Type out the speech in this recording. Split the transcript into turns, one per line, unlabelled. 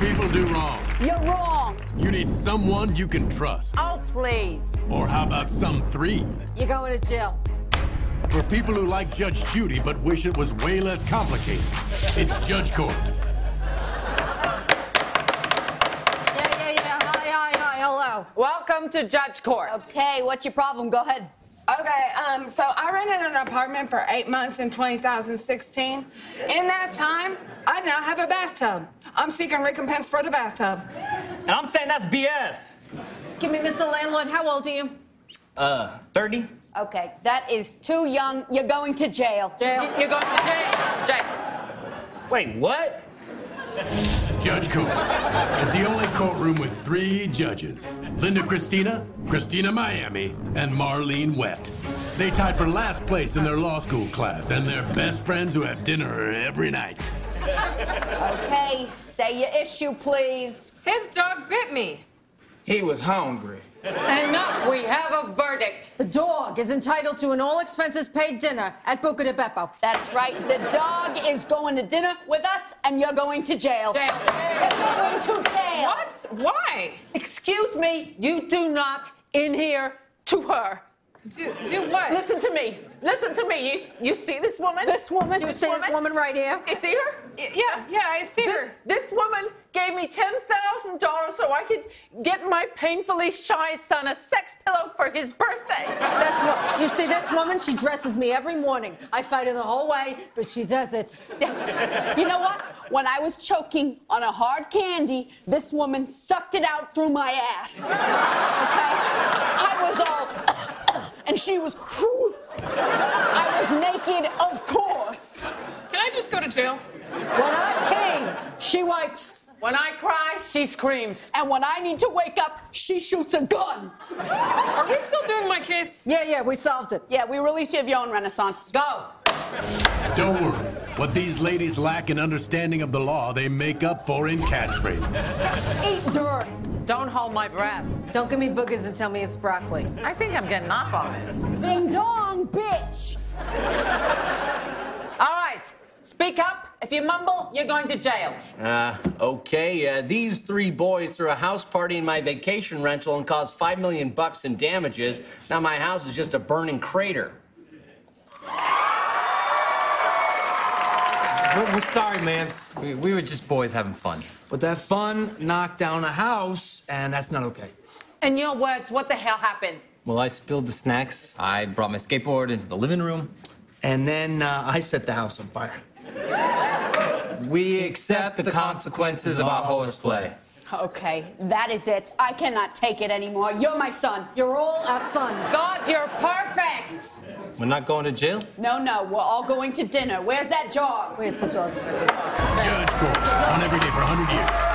People do wrong.
You're wrong.
You need someone you can trust.
Oh, please.
Or how about some three?
You're going to jail.
For people who like Judge Judy but wish it was way less complicated, it's Judge Court.
Yeah, yeah, yeah. Hi, hi, hi. Hello.
Welcome to Judge Court.
Okay, what's your problem? Go ahead.
Okay, um, so I rented an apartment for eight months in 2016. In that time, I now have a bathtub. I'm seeking recompense for the bathtub.
And I'm saying that's BS.
Excuse me, Mr. Landlord. How old are you?
Uh, 30?
Okay, that is too young. You're going to jail.
Y- You're going to jail. Jail.
Wait, what?
Judge Court. It's the only courtroom with three judges Linda Christina, Christina Miami, and Marlene Wet. They tied for last place in their law school class, and they're best friends who have dinner every night.
Okay, say your issue, please.
His dog bit me.
He was hungry.
Enough. We have a verdict.
The dog is entitled to an all expenses paid dinner at Boca de Beppo. That's right. The dog is going to dinner with us, and you're going to jail.
Jail.
You're going to jail.
What? Why?
Excuse me, you do not in here to her.
Do, do what?
Listen to me. Listen to me. You, you see this woman?
This woman? You see this woman right here?
You see her?
Y- Yeah, yeah, I see
This,
her.
this woman gave me $10,000 so I could get my painfully shy son a sex pillow for his birthday.
That's what. You see this woman? She dresses me every morning. I fight her the whole way, but she does it. you know what? When I was choking on a hard candy, this woman sucked it out through my ass. Okay? I was all, and she was. I was naked, of course.
Can I just go to jail?
When I pee, she wipes.
When I cry, she screams.
And when I need to wake up, she shoots a gun.
Are we still doing my case?
Yeah, yeah, we solved it. Yeah, we release you of your own renaissance.
Go.
Don't worry. What these ladies lack in understanding of the law, they make up for in catchphrases.
Eat dirt.
Don't hold my breath.
Don't give me boogers and tell me it's broccoli.
I think I'm getting off on this.
Ding dong, bitch.
All right. Speak up. If you mumble, you're going to jail.
Uh, okay. Uh, these three boys threw a house party in my vacation rental and caused five million bucks in damages. Now my house is just a burning crater.
We're, we're sorry, ma'am.
We, we were just boys having fun.
But that fun knocked down a house, and that's not okay.
In your words, what the hell happened?
Well, I spilled the snacks,
I brought my skateboard into the living room.
and then uh, I set the house on fire.
We accept the consequences of our horseplay.
Okay, that is it. I cannot take it anymore. You're my son. You're all our sons.
God, you're perfect.
We're not going to jail?
No, no, we're all going to dinner. Where's that dog? Where's the dog?
Judge Court, on every day for 100 years.